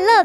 乐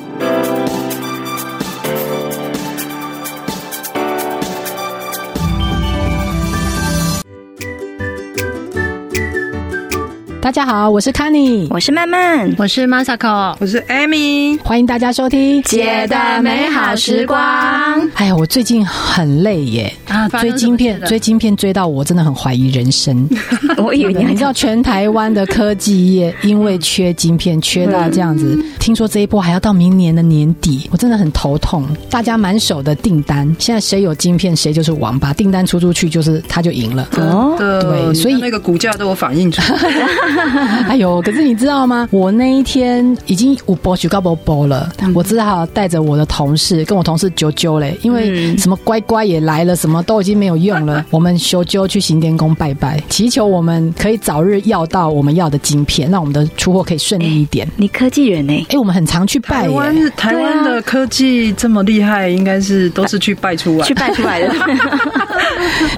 大家好，我是 c a n n 我是曼曼，我是 Masako，我是 Amy，欢迎大家收听《姐的美好时光》。哎呀，我最近很累耶，啊追晶片，追晶片追到我真的很怀疑人生。 我以为你你还知道全台湾的科技业因为缺晶片缺到这样子，听说这一波还要到明年的年底，我真的很头痛。大家满手的订单，现在谁有晶片谁就是王，把订单出出去就是他就赢了。哦，对所以你的那个股价都有反映出来。 哎呦，可是你知道吗？我那一天已经五波举高波波了，嗯我只好带着我的同事，跟我同事啾啾嘞，因为什么乖乖也来了，什么都已经没有用 了，我们修啾去行天宫拜拜，祈求我们可以早日要到我们要的晶片，让我们的出货可以顺利一点。你科技人欸呢、 哎、我啊们很常去拜台耶、湾啊台湾的科技这么厉害，应该是都是去拜出来去。拜出来的。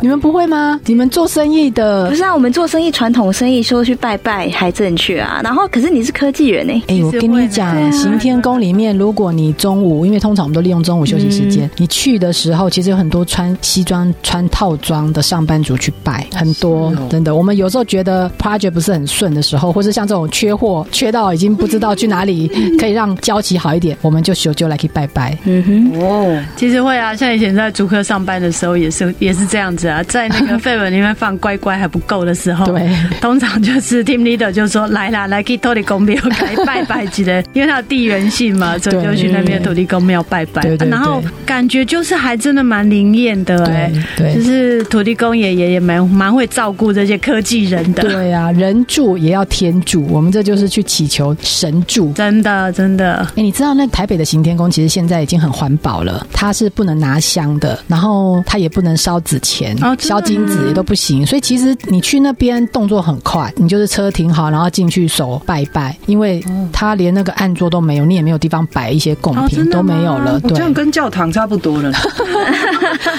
你们不会吗？你们做生意的不，是啊，我们做生意，传统生意说去拜拜还正确啊。然后，可是你是科技人呢、欸哎、我跟你讲，行天宫里面，如果你中午，因为通常我们都利用中午休息时间，你去的时候，其实有很多穿西装、穿套装的上班族去拜，很多、真的。我们有时候觉得 project 不是很顺的时候，或是像这种缺货，缺到已经不知道去哪里可以让交期好一点，我们就修就来去拜拜。嗯哼，哦，其实会啊，像以前在竹科上班的时候，也是也是这样子啊，在那 个废文里面放乖乖还不够的时候，对，通常就是 team leader 就说来啦，来去土地公庙来拜拜之 类，因为它有地缘性嘛，所以就去那边的土地公庙拜拜。对对对然后感觉就是还真的蛮灵验的哎、对就对是土地公爷爷也蛮蛮会照顾这些科技人的，对啊，人助也要天助，我们这就是去祈求神助。真的真的。哎、你知道那台北的行天宫其实现在已经很环保了，它是不能拿香的，然后它也不能烧纸钱哦、真的烧金纸也都不行，所以其实你去那边动作很快，你就是车停好，然后进去手拜一拜，因为它连那个案桌都没有，你也没有地方摆一些贡哦品、真的都没有吗了，我这对，样跟教堂差不 多了。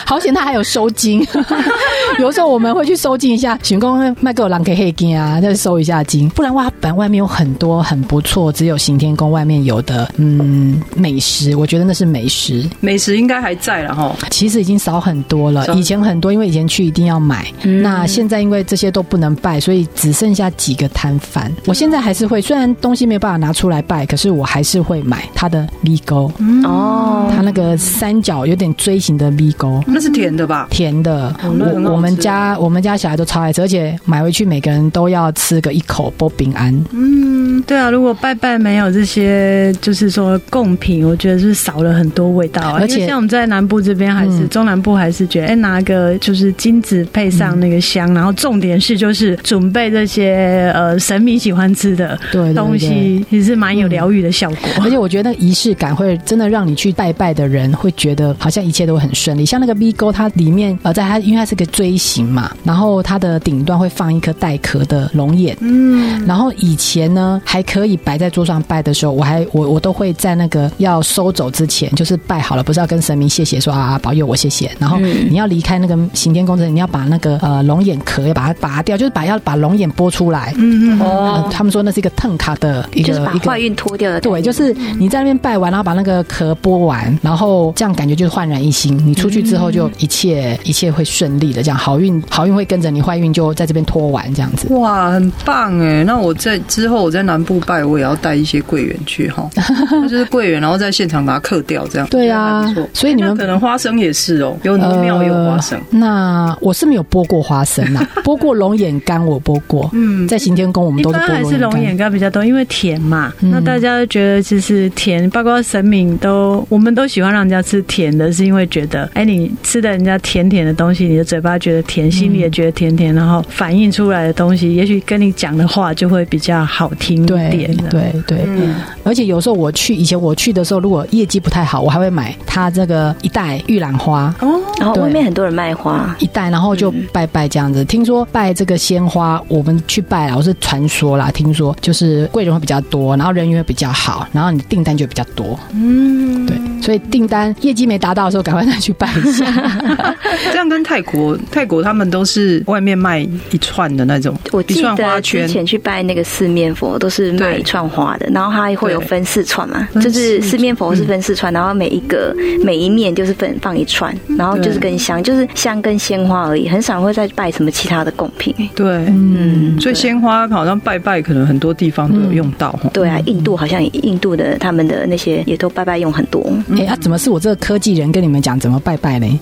好险它还有收金， 有时候我们会去收金一下，行宫卖给我狼给黑金啊，再收一下金，不然哇，本外面有很多很不错，只有行天宫外面有的，嗯，美食，我觉得那是美食。美食应该还在了哈。其实已经少很多了少，以前很多，因为以前去一定要买，那现在因为这些都不能拜，所以只剩下几个摊贩。我现在还是会，虽然东西没有办法拿出来拜，可是我还是会买它的米糕，哦，它那个三角有点锥形的米糕。那是甜的吧？甜的，哦那很好我吃我们家我们家小孩都超爱吃，而且买回去每个人都要吃个一口，波饼安。嗯，对啊，如果拜拜没有这些，就是说贡品，我觉得是少了很多味道啊。而且因为像我们在南部这边，还是、嗯中南部，还是觉得，哎、拿个就是金子配上那个香，嗯然后重点是就是准备这些呃神明喜欢吃的对嗯对东对西，也是蛮有疗愈的效果。 而且我觉得那仪式感会真的让你去拜拜的人会觉得好像一切都很顺利。像那个 V 沟，它里面呃，在它因为它是个锥形嘛，嗯然后它的顶端会放一颗带壳的龙眼。嗯，然后以前呢，还可以摆在桌上拜的时候，我还我我都会在那个要收走之前，就是拜好了，不是要跟神明谢谢说啊保佑我谢谢。然后嗯你要离开那个行天宫之前，你要把那个呃龙眼壳要把它拔掉，就是把要把龙眼剥出来。嗯嗯，呃他们说那是一个腾卡的一个就是把一个坏运脱掉的。对，就是你在那边拜完，然后把那个壳剥完，然后这样感觉就是焕然一新。你出去之后就一切、一切会顺利的，这样好运好运会跟着你，坏运就在这边拖完这样子。哇，很棒哎！那我在之后我在南部拜，我也要带一些桂圆去 哈，那就是桂圆，然后在现场把它刻掉，这样对啊还不错哎所以你们那可能花生也是哦，有农庙也有花生。呃那我是没有剥过花生呐、剥过龙眼干我剥过，嗯，在行天宫我们一都是般还剥是龙龙眼眼干比较多，因为甜嘛。嗯那大家都觉得其实甜，包括神明都，我们都喜欢让人家吃甜的，是因为觉得，哎，你吃的人家甜甜的东西，你的嘴巴觉得甜，心嗯里也觉得甜甜，然后反映出来的东西，也许跟你讲的话就会比较好听一干，对点的。啊对对。嗯，而且有时候我去，以前我去的时候，如果业绩不太好，我还会买它这个一袋玉兰花，然后对外面很多人卖花，一袋，然后就嗯拜拜这样子。听说拜这个鲜花，我们去拜啦，我是传说啦，听说就是贵人会比较多，然后人缘会比较好，然后你的订单就比较多。嗯，对，所以订单业绩没达到的时候，赶快再去拜一 下。嗯这样跟泰国，泰国他们都是外面卖一串的那种，我一记串花得圈之，前去拜那个四面佛都是卖对一串花嗯的，然后它会有对分四串嘛，分四就是四面佛是分四串，然后每一个每一面就是分放一串，然后就是跟香，就是香跟鲜花而已，很少会再拜什么其他的贡品。欸对，嗯，所以鲜花好像拜拜，可能很多地方都有用到哈。对啊，印度好像也印度的他们的那些也都拜拜用很多。哎、啊，怎么是我这个科技人跟你们讲怎么拜拜嘞？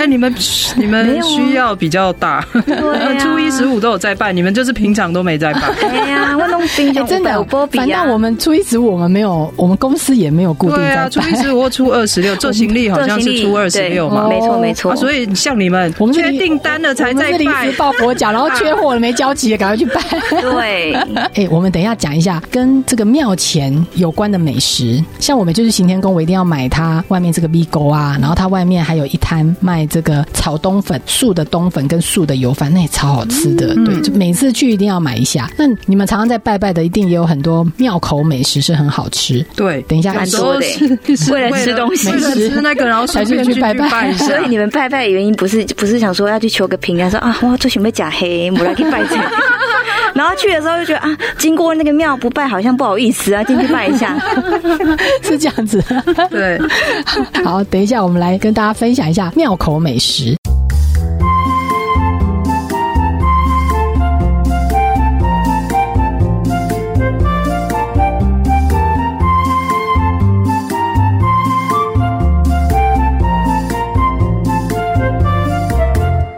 哎，你们你们需要比较大，啊 初一十五都有在拜，你们就是平常都没在拜。 哎呀，我弄冰哎、箱真的有波，比反啊，倒我们初一十五我们没有，我们公司也没有固定 对啊，在初拜。一十五或初二 十六，做行李好像是初二十六嘛对。没错哦没错。啊所以像你们，我们是缺临订单了才我们在是临拜时，抱佛脚，然后缺货了没交齐，赶快去拜。对，哎、我们等一下讲一下跟这个庙前有关的美食，像我们就是行天宫，我一定要买它外面这个 V 沟啊，然后它外面还有一摊卖这个炒冬粉，素的冬粉跟素的油饭，那也超好吃的。对，就每次去一定要买一下。那你们常常在拜拜的，一定也有很多庙口美食是很好吃。对，等一 下，有安时说 候是是为了吃东西为了吃那个，然后顺便去去拜一下。 所以你们拜拜的原因不是不是想说要去求个平安，说啊我最想被假黑， 我来去拜祭。然后去的时候就觉得啊，经过那个庙不拜好像不好意思啊，进去拜一下。 是这样子。 对， 好，等一下我们来跟大家分享一下庙口美食。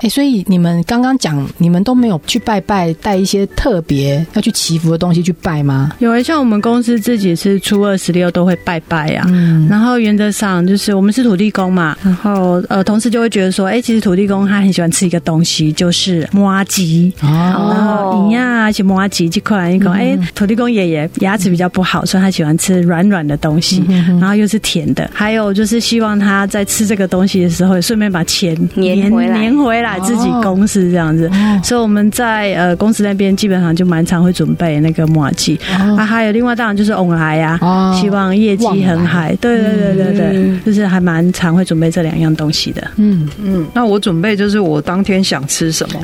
哎、所以你们刚刚讲，你们都没有去拜拜，带一些特别要去祈福的东西去拜吗？有诶，像我们公司自己是初二十六都会拜拜呀、嗯，然后原则上就是我们是土地公嘛，然后呃，同事就会觉得说，哎、其实土地公他很喜欢吃一个东西，就是麻吉。嗯哦，然后你呀，而且麻吉啊这块一口，哎、土地公爷爷牙齿比较不好，所以他喜欢吃软软的东嗯西，然后又是甜的。还有就是希望他在吃这个东西的时候，顺便把钱粘回来哦粘回来自己公司这样子。所以我们在呃公司那边基本上就蛮常会准备那个麻吉。哦啊，还有另外当然就是翁来呀、哦希望业绩很好。对对对对对，嗯就是还蛮常会准备这两样东西的。嗯，嗯，那我准备就是我当天想吃什么。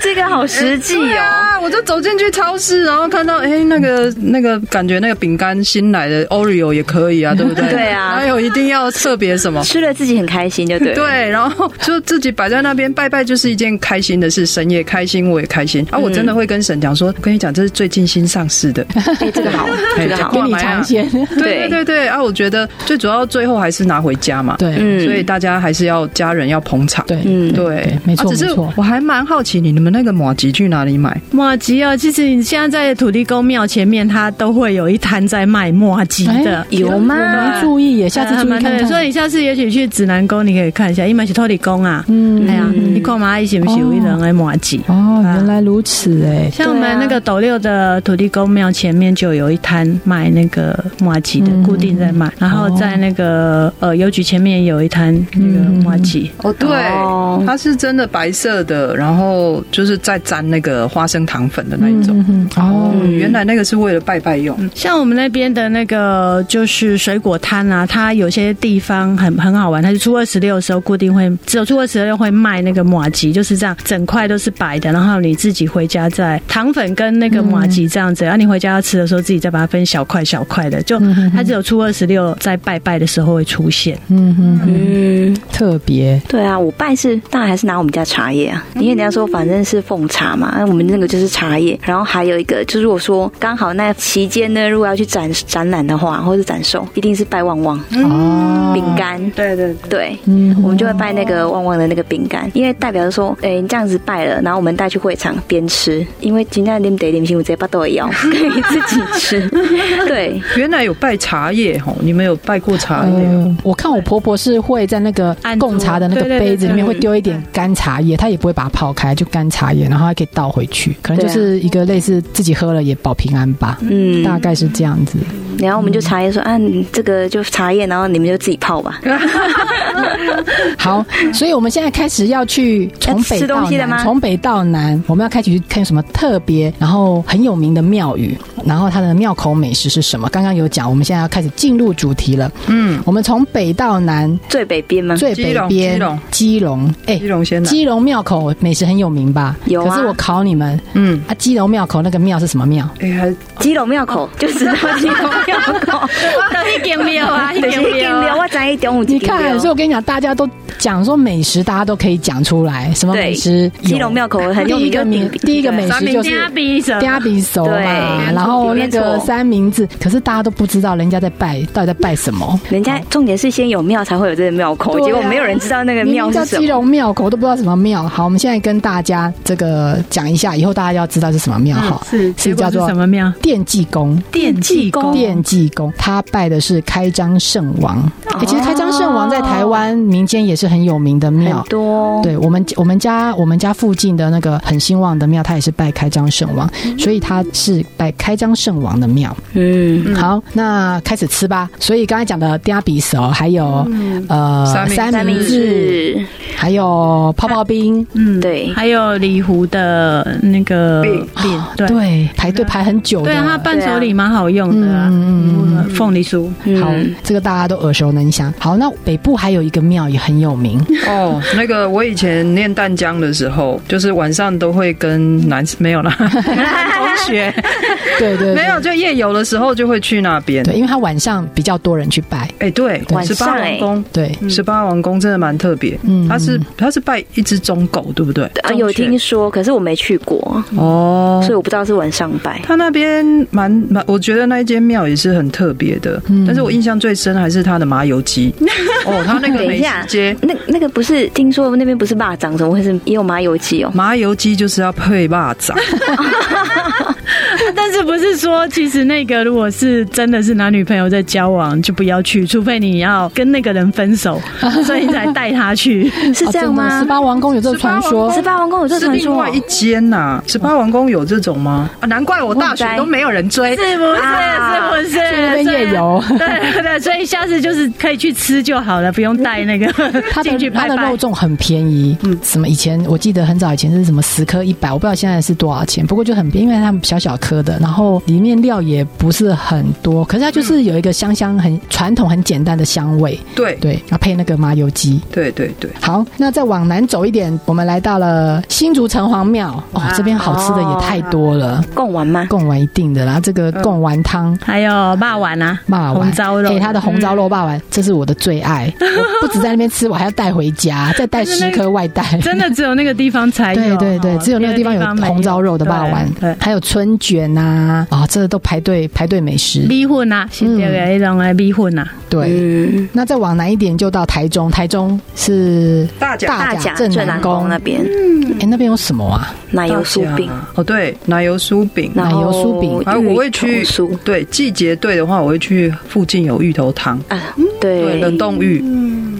这个好实际对哦。啊， 我就走进去超市，然后看到哎、诶那个那个感觉那个饼干新来的 Oreo 也可以啊，对不对？对啊？还有一定要特别什么吃了自己很开心，就 对了。对，然后就自己摆在那边拜拜，就是一件开心的事，神也开心，我也开心啊！我真的会跟神讲说，我跟你讲，这是最近新上市的，哎，这个好，这个好啊哎。跟你尝鲜， 对对对对啊！我觉得最主要最后还是拿回家嘛，，对。嗯，所以大家还是要家人要捧场，对，嗯对对，没错啊只是没错我还蛮好奇你你们那个马吉去哪里买？麻吉啊，其实你现在在土地公庙前面，它都会有一摊在卖麻吉的哎。有没吗？注意耶，哎下次还注意啊蛮看特别看。所以你下次也许去指南宫，你可以看一下，因为是土地公啊，嗯，哎呀，啊你看嘛，伊是不是有一人的麻吉？哦，原来如此哎，像我们那个斗六的土地公庙前面就有一摊卖那个麻吉的，嗯固定在卖，然后在那个呃邮局前面也有一摊那个嗯麻吉，哦，对，哦它是真的白色的，然后就是再沾那个花生糖粉的那一种。嗯哦，哦，原来那个是为了拜拜用。像我们那边的那个就是水果摊啊，它有些地方很很好玩，它是初二十六的时候固定会，只有初二十六会卖那个马吉，就是这样，整块都是白的，然后你自己回家再糖粉跟那个马吉这样子，然后你回家要吃的时候自己再把它分小块小块的，就它只有初二十六在拜拜的时候会出 现。嗯哼，嗯，特别对啊，我拜是当然还是拿我们家茶叶啊，因为人家说反正是奉茶嘛，啊那我们那个就是茶叶。然后还有一个，就是如果说刚好那期间呢，如果要去展展览的话，或者展售，一定是拜旺旺哦，饼干。对对对，嗯我们就会拜那个旺旺的那个饼干，因为代表着说，哎、你这样子拜了，然后我们带去会场边吃，因为今天你们得点心，我直接把豆摇，可以自己吃。对，原来有拜茶叶吼，你们有拜过茶叶？嗯我看我婆婆是会在那个啊按住贡茶的那个对对对嗯杯子里面对会丢一点干茶叶，她也不会把它泡开，就干茶叶，然后还可以倒回去，可能对就啊是一个类似自己喝了也保平安吧，嗯，大概是这样子。然后我们就茶叶说，啊，你这个就茶叶，然后你们就自己泡吧。 好，所以我们现在开始要去从要北吃东到西了吗南，从北到南，我们要开始去看有什么特别，然后很有名的庙宇，然后它的庙口美食是什么？刚刚有讲，我们现在要开始进入主题了。嗯，我们从北到南，最北边吗？最北边基隆，基隆，哎基。隆鲜奶，基隆庙口美食很有名吧？有啊可是我考你们嗯，啊，基隆庙口那个庙是什么庙？哎、还基隆庙口 就知道基隆庙口，一点没有 啊，一就是一间庙，我知一中午你看，所以我跟你讲，大家都讲说美食，大家都可以讲出来，什么对美食？基隆庙口很有第一名，就个名，饼第一个美咱食们就是家啊比什嗲比手嘛呃对，然后那没错个三明治，可是大家都不知道人家在拜，到底在拜什么。人家重点是先有庙才会有这个庙口，对啊结果没有人知道那个明庙明是叫什基么。隆庙口，我都不知道什么庙。好，我们现在跟大家这个讲一下，以后大家要知道是什么庙嗯哈，是是嗯结叫果是做什么庙？电济公。电济公电济公他拜的是开张圣王，哦诶其实开张圣王在台湾民间也是很有名的很庙。多，对我们我们家我们家附近的那个很兴旺的庙，它也是拜开张圣王，所以它是拜开张圣王的庙。嗯，好，那开始吃吧。所以刚才讲的嗲比手，还有、呃三明三明，治，还有泡泡冰，嗯对还有里湖的那个饼饼，哦对对，排队排很久的。对啊，它伴手礼蛮好用的啊，嗯嗯凤梨酥，好嗯，，这个大家都耳熟能详。好，那北部还有一个庙也很有名， 哦，那个我以前念淡江的时候，就是晚上都会跟男没 有啦，男同学对对没对有，就夜游的时候就会去那边。对，因为它晚上比较多人去拜，哎、对对，十八王宫，对，十八王宫真的蛮特别。嗯，他是他是拜一只忠狗，对不对？啊，有听说，可是我没去过，哦所以我不知道是晚上拜。他那边蛮蛮，我觉得那一间庙也是很特别的，嗯但是我印象最深还是他的麻油 鸡。哦，他那个等一美食下街那那个不是听说那边不是蚂蚱，怎么会是也有麻油鸡哦？麻油鸡就是要配蚂 蚱， 但是不是说，其实那个如果是真的是男女朋友在交往，就不要去，除非你要跟那个人分 手，所以你才带他 去。是这样吗十？八王宫有哦这个传说十，八王宫有这是传另说外哦，一间呐、十八王宫有这种吗？啊，难怪我大学我不知都没有人追。是不是？啊是不是？那边夜游所以对对对，所以下次就是可以去吃就好了，不用带那个它进去的它拜的拜肉。粽很便宜，嗯，什么以前我记得很早以前是什么十颗一百，我不知道现在是多少钱，不过就很便宜，因为它们小小颗的，然后里面料也不是很多，可是它就是有一个香香很传统很简单的香味， 对对，要配那个麻油鸡。对对对，好，那再往南走一点，我们来到了新竹城隍庙，哦，这边好吃的也太多了，贡丸吗？贡丸一定的啦，这个嗯贡丸汤。还有霸丸啊，霸王红烧肉给他的红烧肉霸王，这是我的最爱。我不止在那边吃，我还要带回家，再带十颗外带。真的只有那个地方才有。对 对对，哦只有那个地方有别没红烧肉的霸王对，对，还有春卷呐，啊，这都排队排队美食。米粉嗯啊，是这个一种的米粉啊，对，嗯，那再往南一点就到台中，台中是大甲大大甲甲镇镇南南宫宫那边哎那边有什么啊？奶油酥饼，哦，对，奶油酥饼。然后奶油酥饼然后哎我会去芋头酥，对季节对的话，我会去附近有芋头汤，啊，对对，冷冻芋，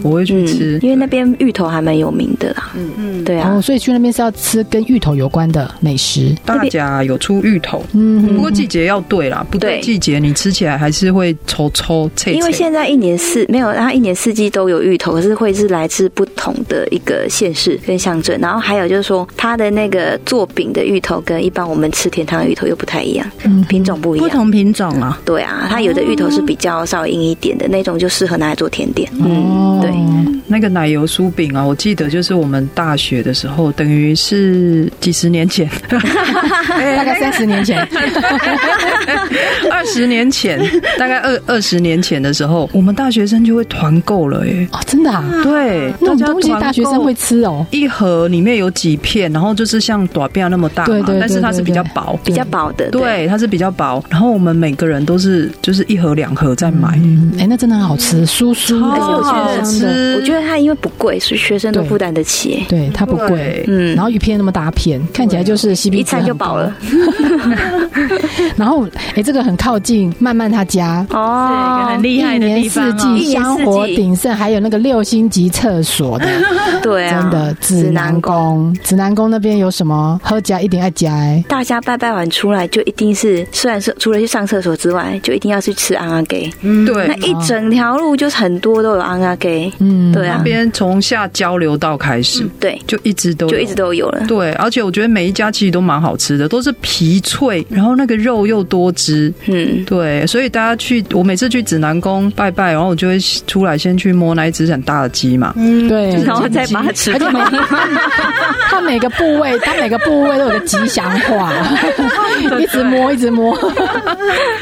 我会去吃嗯，。因为那边芋头还蛮有名的啦。嗯嗯，对啊哦，，所以去那边是要吃跟芋头有关的美食。大甲有出芋头，嗯，不过季节要对啦，不对对季节你吃起来还是会抽抽脆脆。因为现在一年四没有，它一年四季都有芋头，可是会是来自不同的一个县市跟乡镇。然后还有就是说，它的那个做饼的芋头跟一般我们吃甜汤的芋头又不太一样，品种不一不样。同品种啊。对啊，它有的芋头是比较稍微硬一点的那种，就适合拿来做甜点。哦嗯，对，那个奶油酥饼啊，我记得就是我们大学的时候，等于是几十年 前，大概三十年前，二十年前，大概二二十年前的时候，我们大学生就会团购了耶。哦，真的啊，对，那种大家东西团购大学生会吃哦。一盒里面有几片，然后就是像短片那么大嘛，对对对但是它是对比较对薄。比较薄的。对，它是比较薄，然后我们每个人都是就是一盒两盒在买，嗯嗯，哎，那真的很好吃，酥酥的，超而且我觉好得吃我觉得它因为不贵，所以学生都对负担得起。对，它不贵。嗯然，后一片那么大片，看起来就是西 p 一餐就饱了。然后，哎，这个很靠近曼曼他家，一个哦很，厉害的一年地四方哦。季香火鼎盛，还有那个六星级厕所的，对啊，真的指南宫。指南宫那边有什么？喝家一定爱家哎、大家拜拜完出来，就一定是虽然是除了去上厕所之外，就一定要去吃安阿给。对那，一整条路就是很多都有安阿给，啊嗯，对啊那边从下交流道开始，对，就一直都有嗯就一直都有了。对，而且我觉得每一家其实都蛮好吃的，都是皮脆，然后那个肉又多汁。嗯，对，所以大家去，我每次去指南宫拜拜，然后我就会出来先去摸那一只很大的鸡嘛，对，嗯然后再把它吃而且掉每。它每个部位，它每个部位都有个吉祥话， 一直摸一直摸。，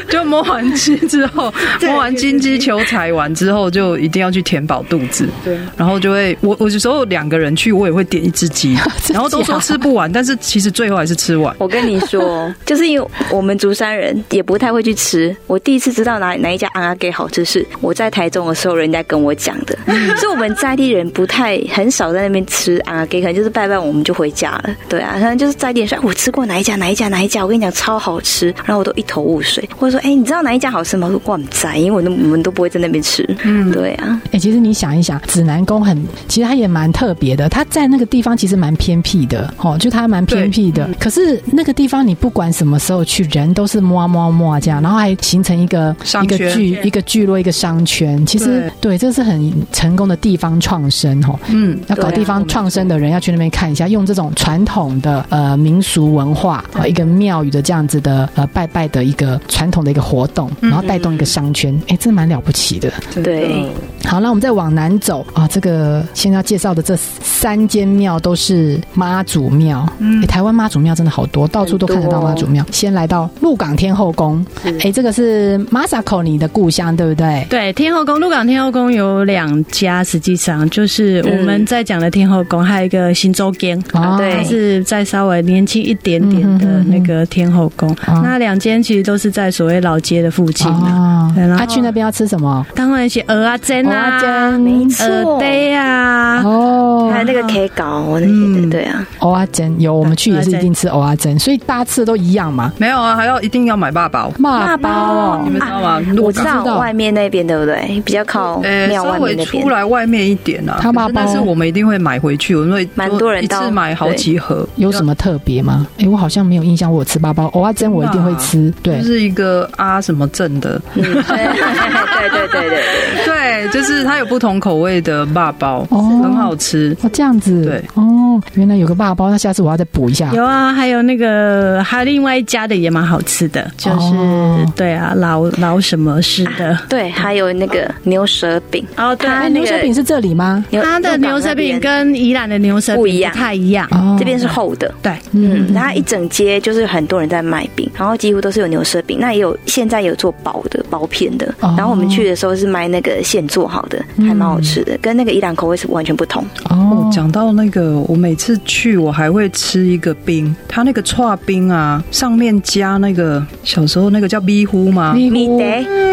就摸完鸡之后， 摸完金鸡求财完之后，就一定要去填饱肚子。对，然后就会我我有时候两个人去，我也会点一只 鸡真然后都假说吃不完，但是其实最后还是吃完。我跟你 说，就是因为我们竹山人也不太会去吃。我第一次知道哪哪一家安阿给好吃，是我在台中的时候人家跟我讲的。嗯 所以我们在地人不太很少在那边吃安阿给，可能就是拜拜完我们就回家了。对啊，可能就是在地人说，哎我吃过哪一家哪一家哪一家，我跟你讲超好吃，然后我都一头雾水。或者说，哎、你知道哪一家好吃吗？我说哇，我们在，因为我都我们都不会在那边吃。嗯，对啊，哎、其实你想一想，指南宫很，其实它也蛮特别的。它在那个地方其实蛮偏僻的，哦，就它蛮偏僻的。可是那个地方你不管什么时候去，人都是摸啊摸摸这样，然后还形成一个商一个圈聚一个聚落一个商圈。其实对，这是很成功的地方创生哦。嗯，要搞对啊地方创生的人要去那边看一下，用这种传统的呃民俗文化，呃一个庙宇的这样子的呃拜拜的一个传统的一个活动，然后带动一个商圈，哎、这蛮了不起的。真的对好，那我们再往南走啊，这个现在要介绍的这三间庙都是妈祖庙。嗯、台湾妈祖庙真的好多，到处都看得到妈祖庙。先来到鹿港天后宫，哎，这个是 Masako 你的故乡，对不对？对，天后宫、鹿港天后宫有两家，实际上就是我们在讲的天后宫，还有一个新洲间。啊对它是再稍微年轻一点点的那个天后宫，嗯那两间其实都是在所谓老街的附近啊。啊对，然后他去那边要吃什么？当然写鹅啊煎啊，蚵仔鹅堆啊，嗯哦还有那个 K 糕那些的，对啊，蚵仔煎有，我们去也是一定吃蚵仔煎，所以大家吃的都一样嘛。没有啊，还要一定要买爸爸哦。骂包哦你，们知道吗？鹿我港知道知道外面那边对不对？比较靠呃，庙稍外微面那边出。来外面一点啊，他可妈是但包是我们一定会买回去，因为蛮多人一到次买好几盒。有什么特别吗？哎，我好像没有印象，我有吃八包蚵仔煎，我一定会吃。对就，是一个啊什么镇的，嗯，对对对对对对，对，就是它有不同口味的霸包，哦很好吃。哦，这样子，对，哦，原来有个霸包，那下次我要再补一下。有啊，还有那个还有另外一家的也蛮好吃的，就是、哦对啊，老老什么似的。 对，还有那个牛舌饼，哦，对，哎，它那牛个舌饼是这里吗？牛它的牛舌饼跟宜兰的牛舌饼不一样不太一样。哦，这边是厚的。对，嗯，然后一整街就是很多人在卖饼，然后几乎都是有牛舌饼，那也有现在也有做薄的薄片的，哦然后我们去的时候是买那个现做好的，还蛮好吃的，跟那个宜兰口味是完全不同。哦，讲到那个，我每次去我还会吃一个冰，它那个串冰啊，上面加那个小时候那个叫咪糊吗？米糊德，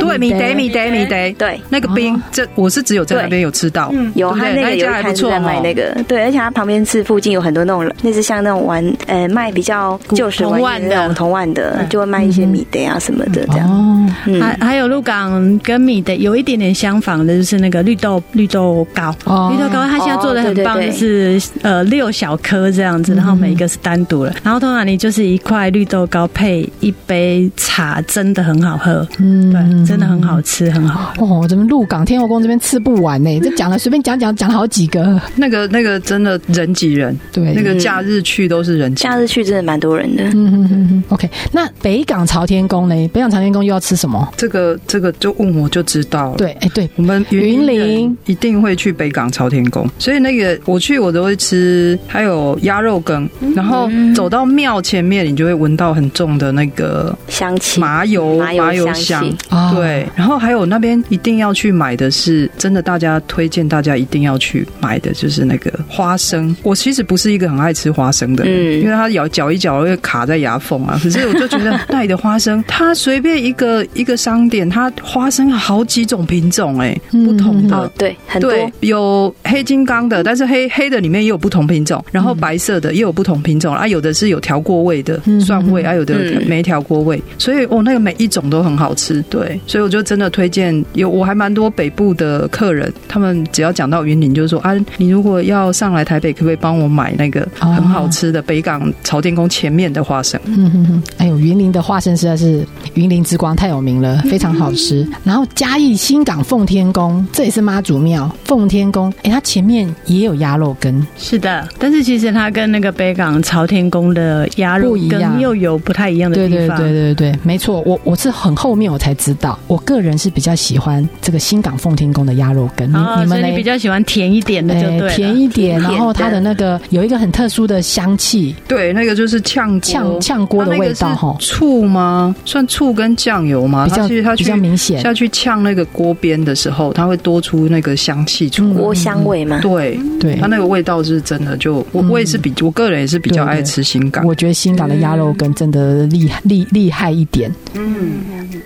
对，米德得米得米得，对，那个冰，这我是只有在那边有吃到，嗯有，对它不对那个一有家还一不摊是错在卖哦那个，对，而且它旁边是附近有很多那种类似像那种玩呃卖比较旧时玩意的那种铜碗的，就会卖一些米德啊什么的这样。哦，嗯，还还有鹿港跟米的有一点点相仿的，就是那个绿豆绿豆糕。哦绿豆糕它现在做的很棒，哦对对就是呃六小颗这嗯样子，然后每一个是单独的，然后通常你就是一块绿豆糕配一杯茶，真的很好喝，嗯对，真的很好吃，很好。哦，怎么鹿港天后宫这边吃不完呢？这讲了随便讲讲讲了好几个，那个那个真的人挤人，对，那个假日去都是人挤人。假日去真的蛮多人的。嗯哼哼哼，OK，那北港朝天宫呢？北港朝天宫又要吃什么？这个这个就问我就知道了。对，哎、对，我们云云林林一定会去北港朝天宫，所以那个我去我都会吃，还有鸭肉羹，然后走到庙前面，你就会闻到很重的那个香气，麻油麻油香气香。哦啊对，然后还有那边一定要去买的是，真的大家推荐大家一定要去买的就是那个花生。我其实不是一个很爱吃花生的人，嗯因为它咬嚼一嚼会卡在牙缝 啊。可是我就觉得那里的花生，它随便一个一个商店，它花生好几种品种哎、嗯不同嗯的嗯的，对，很多对，有黑金刚的，但是黑黑的里面也有不同品种，然后白色的也有不同品种，啊，有的是有调过味的嗯蒜味，啊，有的嗯没调过味，所以哦，那个每一种都很好吃，对，所以我就真的推荐有我还蛮多北部的客人，他们只要讲到云林，就是说啊，你如果要上来台北，可不可以帮我买那个哦很好吃的北港朝天宫前面的花生？嗯哼哼，哎呦，云林的花生实在是云林之光，太有名了，非常好吃。然后嘉义新港奉天宫，这也是妈祖庙，奉天宫，哎，它前面也有鸭肉羹，是的，但是其实它跟那个北港朝天宫的鸭肉不一样羹又有不太一样的对地对方。对对对，没错，我我是很后面我才知道，我个人是比较喜欢这个新港奉天宫的鸭肉羹，哦，所们以嘞哎你比较喜欢甜一点的就对了。甜一点，甜然后它的的那个有一个很特殊的香气，对，那个就是炝锅呛呛锅的味道哦它那哈个是，醋吗？算醋跟酱油吗？比较它其实它比较去明显。下去呛那个锅边的时候，它会多出那个香气出来。锅香味嘛。对，对它，那个味道是真的就，我嗯我也是比我个人也是比较对对爱吃新港。 我觉得新港的鸭肉羹真的厉害厉厉害一点。嗯，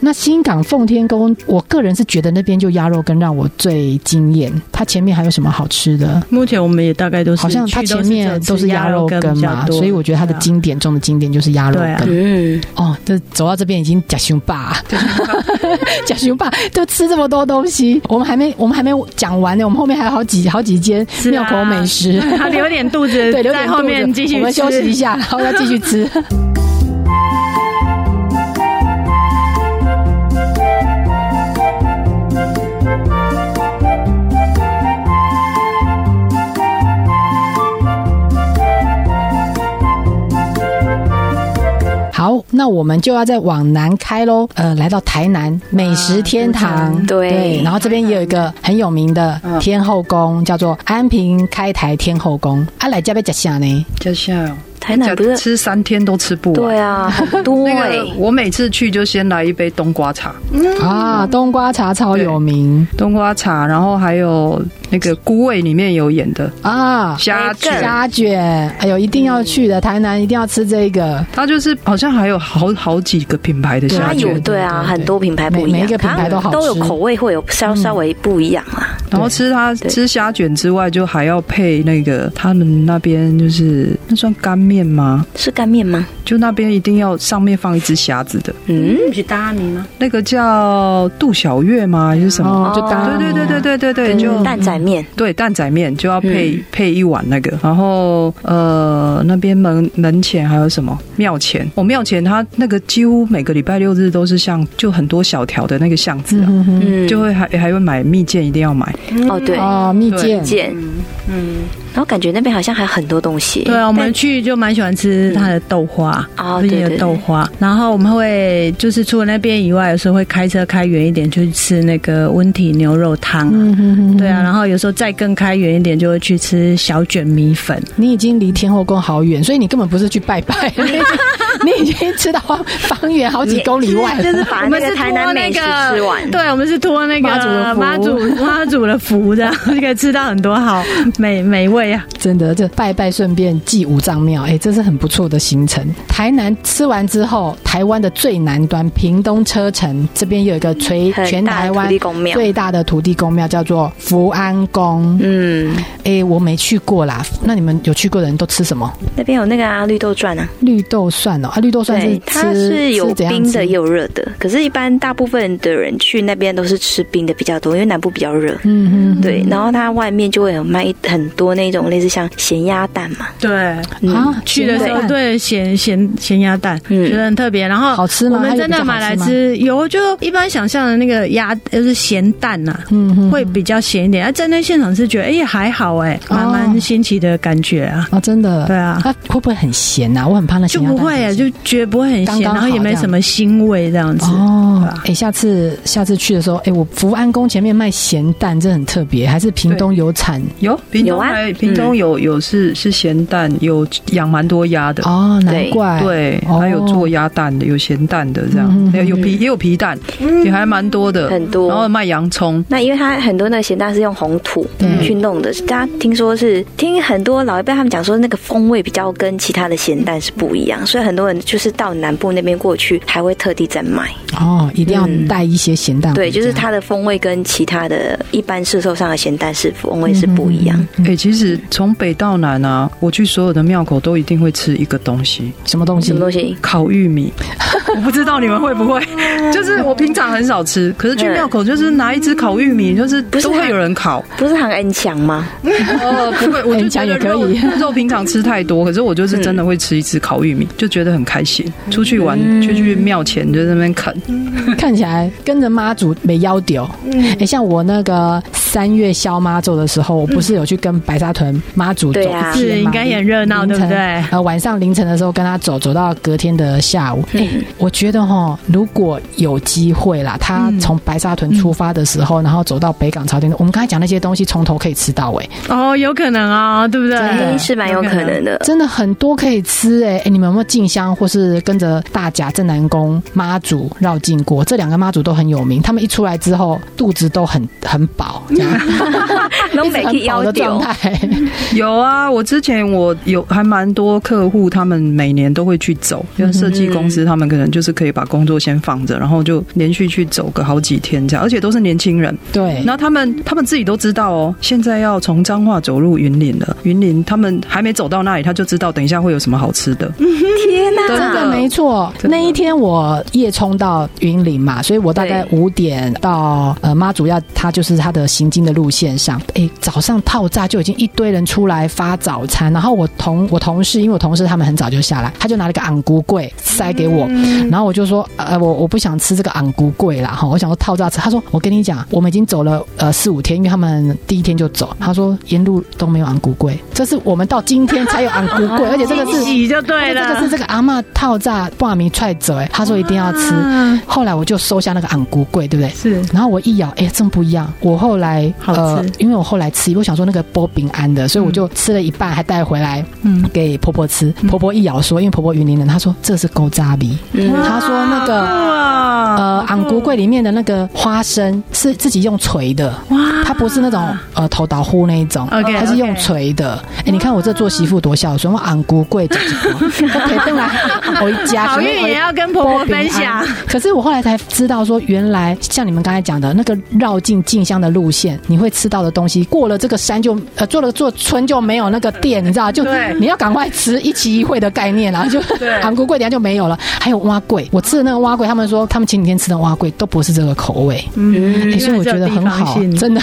那新港奉天宫，我个人是觉得那边就鸭肉羹让我最惊艳。它前面还有什么好吃的？目前我们也大概都是好像它去都前是面只都是鸭鸭肉羹比较嘛，多所以我觉得它的对啊经典中的经典就是鸭肉对啊羹。嗯，哦，这走到这边已经假熊爸， 假熊爸都吃这么多东西，我们还没我们还没讲完呢，我们后面还有好几好几间是啊庙口美食， 他留点肚子， 对，留在点后肚子面继续我们休息吃一下，然后再继续 吃。好，那我们就要再往南开喽，呃，来到台南美食天堂，对然后这边也有一个很有名的天后宫，叫做安平开台天后宫。啊，来这边吃啥呢？加下台南不是吃三天都吃不完。对啊，很多那哎、个我每次去就先来一杯冬瓜茶，啊，冬瓜茶超有名冬瓜茶，然后还有那个菇味里面有演的啊，虾卷，虾卷，哎呦，一定要去的，台南一定要吃这个。它就是好像还有好好几个品牌的对虾它啊卷有，对啊，对对很多品牌不一每样，每一个品牌都好吃都有口味会有稍稍微不一样啊。然后吃它对吃虾卷之外，就还要配那个他们那边就是那算干面吗？是干面吗？就那边一定要上面放一只虾子的，嗯，去搭你吗？那个叫杜小月吗？还是什么？哦，就刚嗯对对对对对对对，就嗯蛋仔面，对蛋仔面就要配、嗯配一碗那个，然后呃那边门门前还有什么庙前？哦庙前它那个几乎每个礼拜六日都是像就很多小条的那个巷子啊，嗯哼嗯，就会还还会买蜜饯，一定要买。哦对哼，，啊，蜜对饯，见，嗯，然后感觉那边好像还很多东西。对啊，我们去就蛮喜欢吃嗯它的豆花，哦附近对的对豆花。然后我们会就是除了那边以外，有时候会开车开远一点去吃那个温体牛肉汤啊。嗯哼哼，对啊，然后有时候再更开远一点，就会去吃小卷米粉。你已经离天后宫好远，所以你根本不是去拜拜，你已经吃到方圆好几公里外 就了。是把我那们个是台托南那美食个，吃完。对，我们是托那个妈祖的福妈祖妈祖的福，这样 就可以吃到很多好美美味啊。真的，这拜拜顺便祭五脏庙，哎，这是很不错的行程。台南吃完之后，台湾的最南端屏东车城这边有一个垂很大的全台湾土地公庙最大的土地公庙，叫做福安宫。嗯，哎，我没去过啦，那你们有去过的人都吃什么？那边有那个啊绿豆转啊，绿豆蒜哦，啊，绿豆蒜是对吃，它是有吃怎样冰的吃也有热的，可是，一般大部分的人去那边都是吃冰的比较多，因为南部比较热。嗯嗯，对，然后它外面就会有卖一很多那种类似像咸鸭蛋嘛，对，嗯嗯，啊，去的时候咸蛋对哦咸咸咸鸭蛋，嗯觉得很特别。然后好吃吗我们真它有比较好的买来吃吗吃，有就一般想象的那个鸭呃就是咸蛋呐、嗯哼会比较咸一点。啊，在那现场是觉得哎、也还好哎、蛮哦蛮新奇的感觉啊。啊，真的，对啊它会不会很咸呐、我很怕那就咸鸭不蛋会、很啊，咸就觉得不会很刚咸，刚然后也好没这样什么腥味这样子。哦对啊，哎、下次下次去的时候，哎、我福安宫前面卖咸蛋，这很特别，还是屏东有产有，屏有东啊嗯还、屏东有有是是咸蛋，有养蛮多鸭的。哦，难怪，对，哦还有做鸭蛋的，有咸蛋的嗯这样，嗯还有有皮也有皮蛋，也还蛮多的，嗯很多然后卖洋葱，那因为它很多那个咸蛋是用红土对去弄的，大家听说是听很多老一辈他们讲说那个风味比较跟其他的咸蛋是不一样，所以很多人就是到南部那边过去还会特地再买。哦，一定要带一些咸蛋回对，家，就是它的风味跟其他的一般市售上的咸蛋是风味嗯是不一样。哎、其实从北到南啊，我去所有的庙口都一定会吃一个东西，什么东西什么？东西？烤玉 米。我不知道你们会不会，哦就是我平常很少吃，可是去庙口就是拿一只烤玉嗯米，就是是都会有人烤。不是很 N 强吗？哦，不会，我就觉很强得也可肉以嗯肉平常吃太多，可是我就是真的会吃一只烤玉米，就觉得很开心。出去玩，嗯就去庙前就在那边啃， 看起来跟着妈祖没腰丢。嗯哎、像我那个三月消妈走的时候，我不是有去跟白沙屯妈祖走一对天啊吗？是应该也很热闹，凌对不晨对？呃，晚上凌晨的时候跟他走，走到隔天的下午。嗯哎，我觉得哈，如果有机会啦，他嗯从白沙屯出发的时候，然后走到北港朝天，我们刚才讲那些东西，从头可以吃到尾，哦，有可能哦，对不对？真的哎是蛮有可能的。真的很多嗯可以吃哎、哎，你们有没有进香或是跟着大甲镇南宫妈祖绕境过？这两个妈祖都很有名，他们一出来之后肚子都很很饱，这样东一直北很去饱腰的状丢，态。 有啊，我之前我有还蛮多客户，他们每年都会去走，因为设计公司他们可能就是可以把工作先放着，然后就连续去走个好几天这样，而且都是年轻人。对然，后他们他们自己都知道哦，现在要从彰化走入云林了，云林他们还没走到那里，他就知道等一下会有什么好吃的。天哪！真真的没错。真的那一天我夜冲到云林嘛，所以我大概五点到呃妈祖要，它就是它的行经的路线上。诶，早上套炸就已经一堆人出来发早餐，然后我同我同事，因为我同事他们很早就下来，他就拿了个昂菇柜塞给我，嗯然后我就说呃我我不想吃这个昂菇柜啦哈，我想说套炸吃。他说我跟你讲，我们已经走了呃四五天，因为他们第一天就走，他说沿路都没有昂菇柜，这是我们到今天才有昂菇 柜，而且这个是惊喜就对这个了是。这个阿嬷套炸挂米踹走，哎，她说一定要吃。啊后来我就收下那个昂菇桂，对不对？是然后我一咬，哎，真不一样。我后来呃好吃因为我后来吃，我想说那个波饼安的，所以我就吃了一半，还带回来，嗯，给婆婆吃。婆婆一咬说，因为婆婆云林人，她说这是勾扎米，嗯她说那个。哇呃，昂菇桂里面的那个花生是自己用锤的，哇它不是那种呃头倒呼那一种啊 OK，它是用 OK 锤的。哎、你看我这做媳妇多孝顺，我昂姑贵讲一波，我陪回来我一家。好运也要跟婆婆分享。可是我后来才知道，说原来像你们刚才讲的那个绕境进香的路线，你会吃到的东西，过了这个山就呃，做了做村就没有那个店，你知道？就对你要赶快吃一期一会的概念啊啦，就 哎对韩国贵等下就没有了。还有蛙桂，我吃的那个蛙桂，他们说他们前几天吃的蛙桂都不是这个口味，嗯欸所以我觉得很好，真的，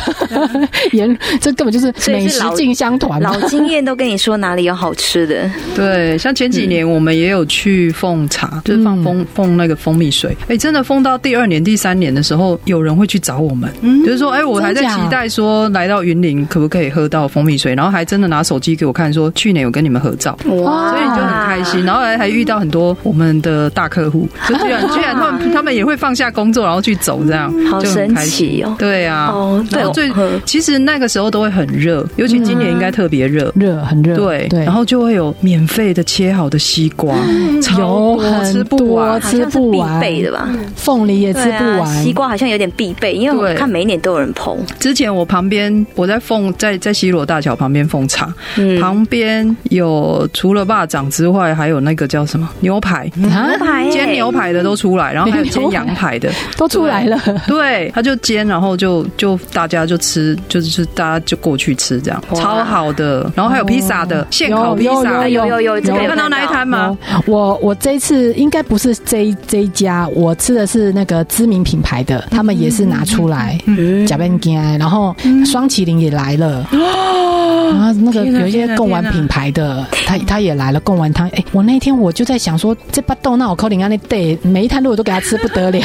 沿这根本 就是所以美是食老进香团嘛老。经验都跟你说哪里有好吃的，对，像前几嗯年我们也有去奉茶，就是放蜂奉那个蜂蜜水。哎、真的奉到第二年、第三年的时候，有人会去找我们，嗯就是说，哎、我还在真期假待说来到云林可不可以喝到蜂蜜水，然后还真的拿手机给我看说，去年有跟你们合照。哇所以就很开心，然后还还遇到很多我们的大客户，就居 然居然他们他们也会放下工作，然后去走这样，好就很开神奇心哦对啊，哦对然后最我嗯其实那个时候都会很热，尤其今年应该特别热，热很热，对，对，然后就会有免费的切好的西瓜，超有多很吃不多完。好像吃是不必完，备的吧？凤梨也吃对不啊，完西，瓜好像有点必备，因为对我看每一年都有人捧。之前我旁边我在凤在在西罗大桥旁边奉茶，嗯，旁边有除了霸掌之外，还有那个叫什么牛排，啊牛排耶煎牛排的都出来，然后还有煎羊排的，都出来了。对，他就煎，然后就就大家就吃，就是就是大家就过去吃这样，哇超好的。然后还有披萨的，现烤披萨，有有有，这个有有看到那一摊哦吗？我我这一次应该不是这一这一家，我吃的是那个知名品牌的，他们也是拿出来嗯假扮干，然后双麒麟也来了，然后那个天哪有一些天哪贡丸天哪品牌的，他他也来了贡丸汤。哎，我那天我就在想说，这巴豆那我扣零安那对，每一摊如果都给他吃不得了，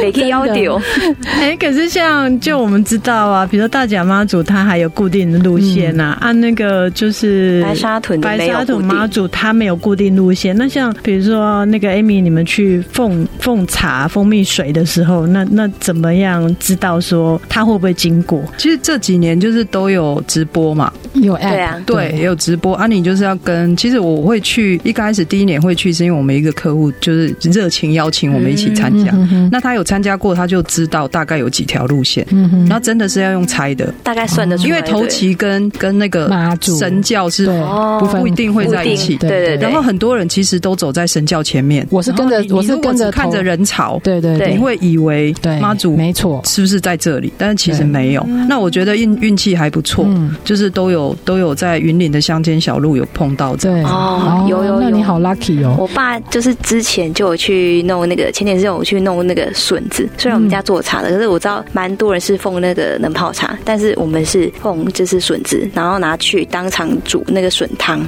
每天要丢，哎，可是像就我们知道啊，比如说大甲妈祖，它还有固定的路线呐、啊，嗯按那个就是白沙屯的白没有沙固屯定妈祖，它没有固定路线。那像比如说那个 Amy，你们去奉奉茶蜂蜜水的时候，那那怎么样知道道说他会不会经过。其实这几年就是都有直播嘛，有 app，对啊对，也有直播啊。你就是要跟，其实我会去，一开始第一年会去，是因为我们一个客户就是热情邀请我们一起参加。嗯哼，那他有参加过，他就知道大概有几条路线。嗯哼，然后真的是要用猜的，大概算得嗯出来，因为头对旗跟跟那个妈祖神教是对哦部分不一定会在一起。对对对，然后很多人其实都走在神教前面，哦我是跟着然后你我是你如果跟着只看着头人潮，对对你对会以为对，妈祖没错，是不是在这里？但是其实对没有。那我觉得运运气还不错，嗯，就是都有都有在云林的乡间小路有碰到这样。对，哦有有那有你好 lucky 哦，我爸就是之前就有去弄那个，前几天是有去弄那个笋子。虽然我们嗯家做茶的，可是我知道蛮多人是奉那个冷泡茶，但是我们是奉就是笋子，然后拿去当场煮那个笋汤。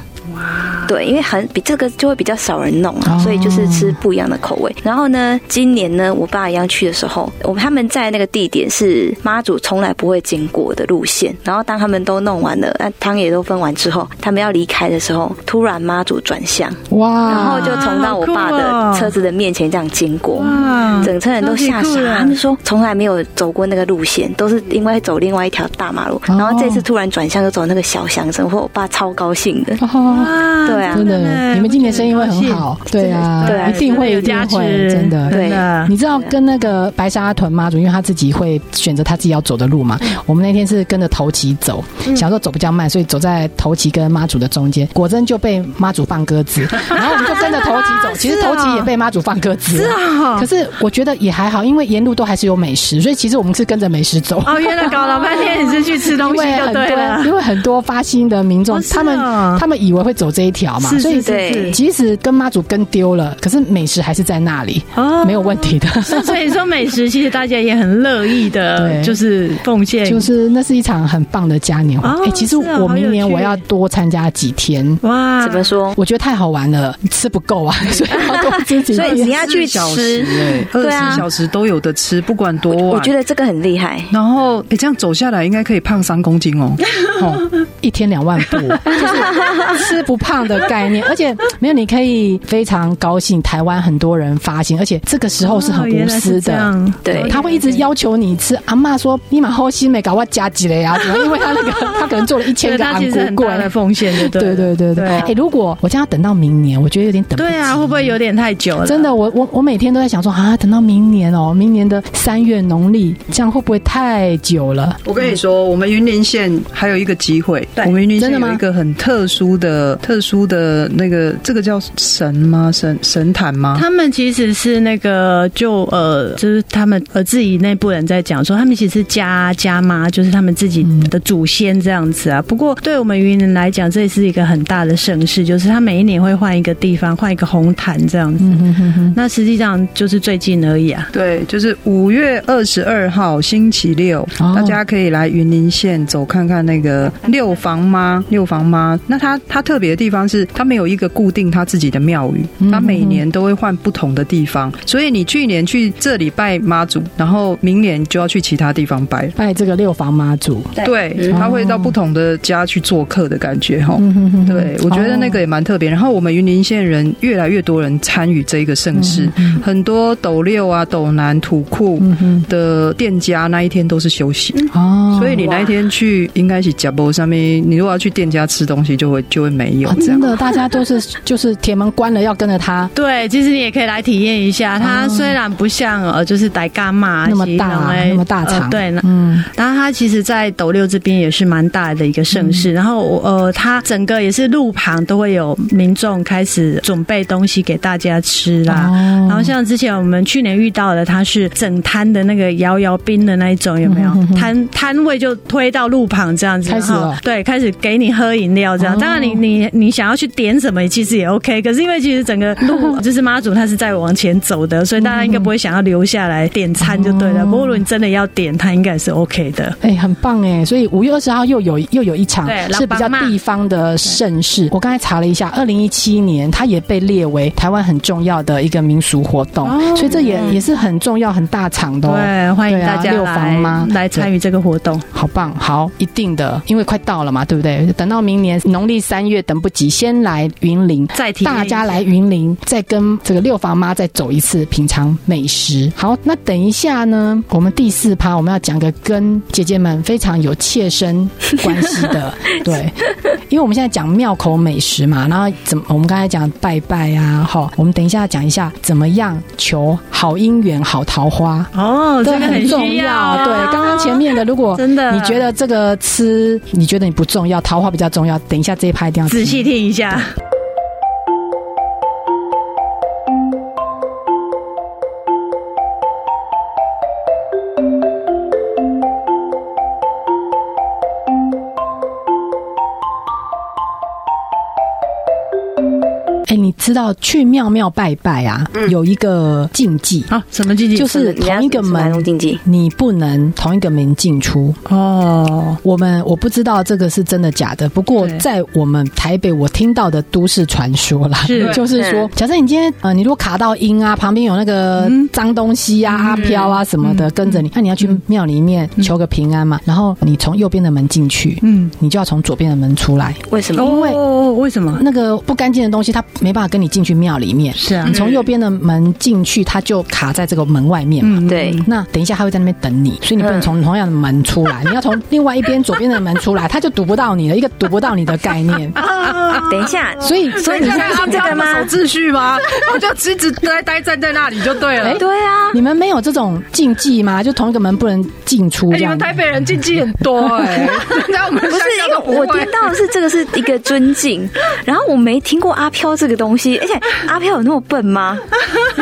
对，因为很比这个就会比较少人弄啊，哦所以就是吃不一样的口味。然后呢，今年呢，我爸一样去的时候，我们他们在那个地点是妈祖从来不会经过的路线。然后当他们都弄完了，那汤也都分完之后，他们要离开的时候，突然妈祖转向，哇，然后就从到我爸的车子的面前这样经过。哇整车人都吓傻，他们说从来没有走过那个路线，都是因为走另外一条大马路，哦然后这次突然转向就走那个小乡镇，或我爸超高兴的。哦。哇对啊真的，你们今年生意会很，好，对啊，对啊一定会，一真的定有会，价值真的，对啊真 的你知道跟那个白沙屯妈祖，因为他自己会选择他自己要走的路嘛。嗯我们那天是跟着头旗走，想说走比较慢，所以走在头旗跟妈祖的中间，果真就被妈祖放鸽 子，然后我们就跟着头旗啊走。其实头旗也被妈祖放鸽子，是啊。可是我觉得也还好，因为沿路都还是有美食，所以其实我们是跟着美食走。哦，原来搞老半天你是去吃东因西为就很对多，了，因为很多发心的民众哦，是他们哦他们以为会走这一条嘛，啊是所以是是对是即使跟妈祖跟丢了，可是美食还是在那里，哦没有问 题的。所以说美食其实大家也很乐意的， 对就是奉献。就是那是一场很棒的嘉年华。哎、哦其实是啊我好有明年趣我要多参加几天，哇，怎么说？我觉得太好玩了，吃不够啊， 所以要多吃 几所以天你。要去小时吃，哎，二对十啊四小时都有的吃，不管多晚。我觉得这个很厉害。然后哎，这样走下来应该可以胖三公斤哦。哦，一天两万步，就是吃不胖的概念，而且没有，你可以非常高兴。台湾很多人发行，而且这个时候是很哦原无来私是这的，样对哦他会一直要求你吃。阿嬷说：“你买后心没搞我加几了呀？”因为他那个他可能做了一千对个他昂其实很古大的贵。奉献，对对对对对，对哎、啊如果我这样等到明年，我觉得有点等不及。对啊，会不会有点太久了？真的，我我我每天都在想说啊，等到明年哦，明年的三月农历，这样会不会太久了？ 我跟你说，我们云林县还有一个机会，对我们云林县真的吗有一个很特殊的、特殊的那个，这个叫神吗？神神坛啊吗？他们其实是那个就呃，就是他们呃自己内部人在讲说，他们其实是家家妈，就是他们自己的祖先这样子啊。不过对我们云林来讲，这也是一个很大的盛事，就是他每一年会换一个地方，换一个红毯这样子。嗯那实际上就是最近而已啊。对，就是五月二十二号星期六，哦大家可以来云林县走看看那个六房妈。六房妈，那它它特别的地方是，它没有一个固定它自己的庙宇，嗯它每年都会换不同的地方。所以你去年去这里拜妈祖，然后明年就要去其他地方拜。拜这个六房妈祖，对，他会到不同的家去做客的感觉哈。哦嗯哼哦哼对，我觉得那个也蛮特别。然后我们云林县人越来越多人参与这一个盛事，嗯很多斗六啊、斗南、土库的店家那一天都是休息，嗯哦，嗯所以你那一天去应该是甲波上面，你如果要去店家吃东西，就会就会没有啊这真样。的，大家都是就是铁门关了要跟着他，对，其实你也可以来体验一下。它虽然不像呃，就是傣嘎嘛哦那么大啊那么大场呃对，那嗯，然后它其实，在斗六这边也是蛮大的一个盛事。然后我呃，它整个也是路旁都会有民众开始准备东西给大家吃啦。哦然后像之前我们去年遇到的，它是整摊的那个摇摇冰的那一种，有没有？嗯摊摊位就推到路旁这样子，开始然后了对，开始给你喝饮料这样。哦当然你，你你想要去点什么，其实也 OK。可是因为其实整个路就是妈祖他是在往前走的，所以大家应该不会想要留下来点餐就对了。哦不过如果你真的要点，它应该是 OK 的。哎、很棒哎！所以五月二十号又有又有一场对是比较老帮妈地方的盛事。我刚才查了一下，二零一七年它也被列为台湾很重要的一个民俗活动，哦所以这也也是很重要、很大场的、哦。对，欢迎对啊大家六房来、妈来参与这个活动。好棒，好，一定的，因为快到了嘛，对不对？等到明年农历三月，等等不及，先来云林，再体验一大下家来云林，再跟这个六房妈再走一次，品尝美食。好，那等一下呢，我们第四趴我们要讲个跟姐姐们非常有切身关系的，对，因为我们现在讲庙口美食嘛，然后怎么我们刚才讲拜拜啊，哈，我们等一下讲一下怎么样求好姻缘、好桃花。哦，这这个很重需要，要，啊对。刚刚前面的，如果真的你觉得这个吃，你觉得你不重要，桃花比较重要，等一下这一趴一定要听仔细听一下。哎、你知道去庙庙拜拜啊，有一个禁忌，好，什么季节？嗯就是同一个人家是蛮多门。禁忌，你不能同一个门进出。哦，我们我不知道这个是真的假的，不过对在我们台北，我听到的都市传说啦，是就是说，假设你今天呃，你如果卡到阴啊，旁边有那个嗯脏东西啊、阿飘啊什么的跟着你，那你要去庙里面求个平安嘛，然后你从右边的门进去，嗯，你就要从左边的门出来。为什么？因为哦，为什么？那个不干净的东西，它没办法跟你进去庙里面。是啊你，从右边的门进去，它就卡在这个门外面嘛。嗯，对，那等一下，它会在那边等你，所以你不能从同样的门出来，你要从另外一边左边的门出来，它就堵不到你了，一个堵不到你的概 念。啊等一下，嗯所以，所以你是等一下 要听这啊个吗？守秩序吗？我就一直待待站在那里就 对了。哎对啊，你们没有这种禁忌吗？就同一个门不能进出哎这你样们子？台北人禁忌很多 哎、那我们不乡是下因为都我不会听到的是这个是一个尊 敬，然后我没听过阿飘这个东西，而且阿飘有那么笨吗？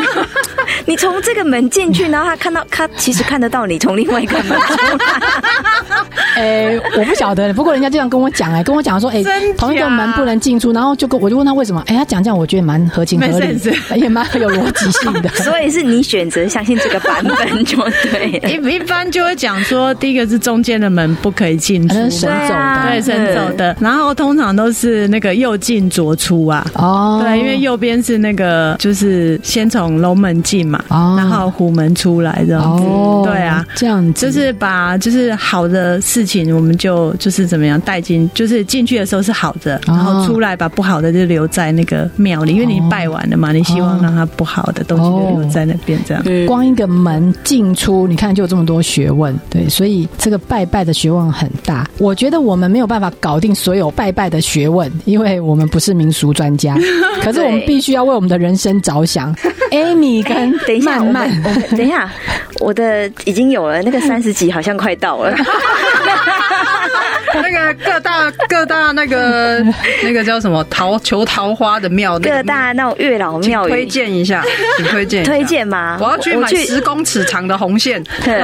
你从这个门进去，然后他看到他其实看得到你从另外一个 门出来，哎、我不晓得，不过人家这样跟我 讲，哎，跟我讲说，哎、真假同一个门不能进出，然后就跟我就问他为什么，哎、他讲这样我觉得蛮合情合 没理 sense，也蛮有逻辑性 的。所以是你选择相信这个版本就对了。嗯一一般就会讲说，第一个是中间的门不可以进可出嘛，能神对走啊的 对，神走的。然后通常都是那个右进左出啊。哦，对，因为右边是那个，就是先从龙门进嘛，哦然后虎门出来这样子。哦，对啊，这样子嗯就是把就是好的事情，我们就就是怎么样带进，就是进去的时候是好哦的，然后出来把不好的就留在那个庙里，因为你拜完了嘛，你希望让它不好的东西就留在那边这样。嗯，光一个门进出，你看就有这么多学问，对，所以这个拜拜的学问很大。我觉得我们没有办法搞定所有拜拜的学问，因为我们不是民俗专 家，可是我们对必须要为我们的人生着想。Amy 跟哎等一下，曼我曼们，我们等一下，我的已经有了，那个三十集好像快到 了。那个各大各大那个 那个叫什么桃求桃花的庙，那个各大那种月老请庙推宇荐一 下，请推荐一下推。荐吗？我要去买十公尺长的红线， 对，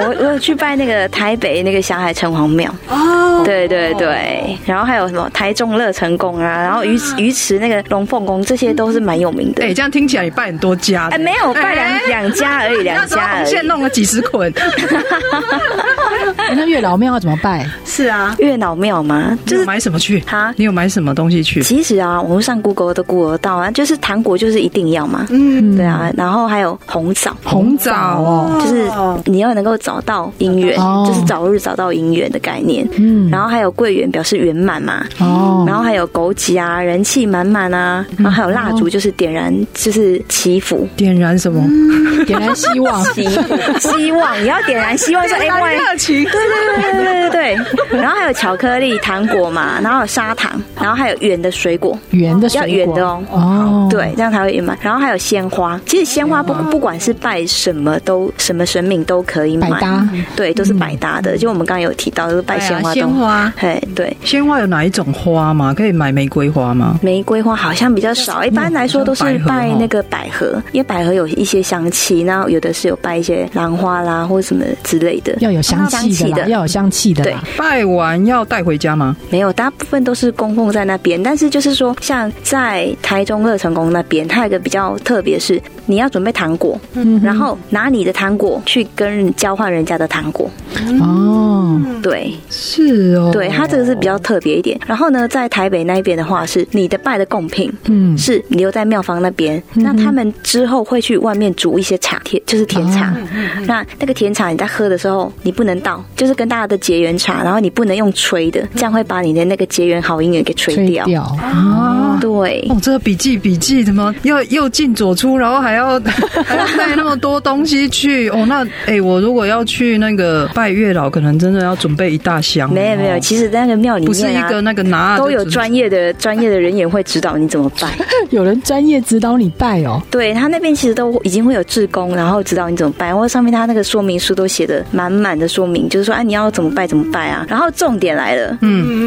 我我有去拜那个台北那个霞海城隍庙哦，对对对，然后还有什么台中乐成宫啊，然后鱼鱼池那个龙凤宫，这些都是蛮有名的。哎，这样听起来你拜很多家的哎，。没有拜哎两两家而已，那两时候家而红线已。弄了几十捆，那月老庙要怎么拜？是啊，月老庙吗？你 就有是买什么去？哈你有买什么东西去？其实啊，网络上 Google 都 Google 得到啊，就是糖果就是一定要嘛，嗯，对啊，然后还有红枣。红枣哦，就是你要能够找到姻缘，哦就是早日找到姻缘的概念。嗯，然后还有桂圆表示圆满嘛，哦，然后还有枸杞啊，人气满满啊，然后还有蜡烛，就是点燃，就是祈福。点燃什么？嗯点燃希望，祈福， 希望你要点燃希 望，说哎，万一热情，对对对对 对，然后还有巧克力、糖果嘛，然后还有砂糖，然后还有圆的水果，圆的水要果圆的哦哦哦，对，这样才会圆满。然后还有鲜花，其实鲜花不不管是拜什么都什么神明都可以百买，搭，对，都是百搭的。就我们刚刚有提到，就是拜嗯鲜花对啊鲜都，花。嘿，对，鲜花有哪一种花吗？可以买玫瑰花吗？玫瑰花好像比较少，一般来说都是拜那个百合，因为百合有一些香气，那有的是有拜一些兰花啦或什么之类的。要有香气的啦，的要有香气的啦。拜完要带回家吗？没有，大部分都是供奉在那边。但是就是说，像在台中乐成宫那边，它有一个比较特别是，嗯你要准备糖果，然后拿你的糖果去跟人交换人家的糖果，哦，对，是哦，对，它这个是比较特别一点。然后呢，在台北那一边的话，是你的拜的贡品嗯，是留在庙方那边，那他们之后会去外面煮一些茶，甜就是甜茶。嗯那那个甜茶你在喝的时候，你不能倒，就是跟大家的结缘茶，然后你不能用吹的，这样会把你的那个结缘好姻缘给吹吹掉。掉 啊。对。哦，这个笔记笔记怎么又又进左出，然后还要 还要带那么多东西去？哦，那哎、我如果要去那个拜月老，可能真的要准备一大箱。没有没有，哦其实在那个庙里不是面一啊，个那个拿都有专业 的专业的人员会指导你怎么拜。有人专业指导你拜哦，对他那边其实都已经会有志工，然后指导你怎么拜，或者上面他那个说明书都写的满满的说明，就是说啊你要怎么拜怎么拜啊。然后重点来了，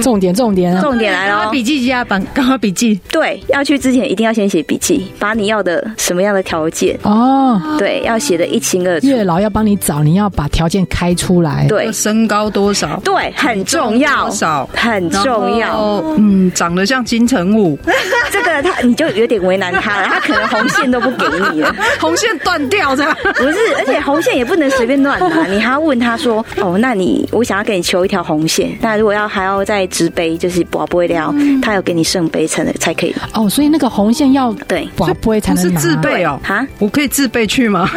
重点重点啊，嗯重点来赶了快哦，笔记加本，赶快笔记。对，要去之前一定要先写笔记，把你要的什么样的条件，哦，对，要写的一清二楚，月老要帮你找，你要把条件开出来，对身高多少，对，很重要多，少。很然后重要。，嗯，长得像金城武，这个他你就有点为难他了，他可能红线都不给你了。 红线断掉这样。不是，而且红线也不能随便乱拿，你还要问他说，哦，那你我想要给你求一条红线，那如果要还要再直杯，就是宝贝料，他有给你圣杯才能才可以，哦，所以那个红线要对。寡不会才不是能拿自备哦，啊，我可以自备去吗？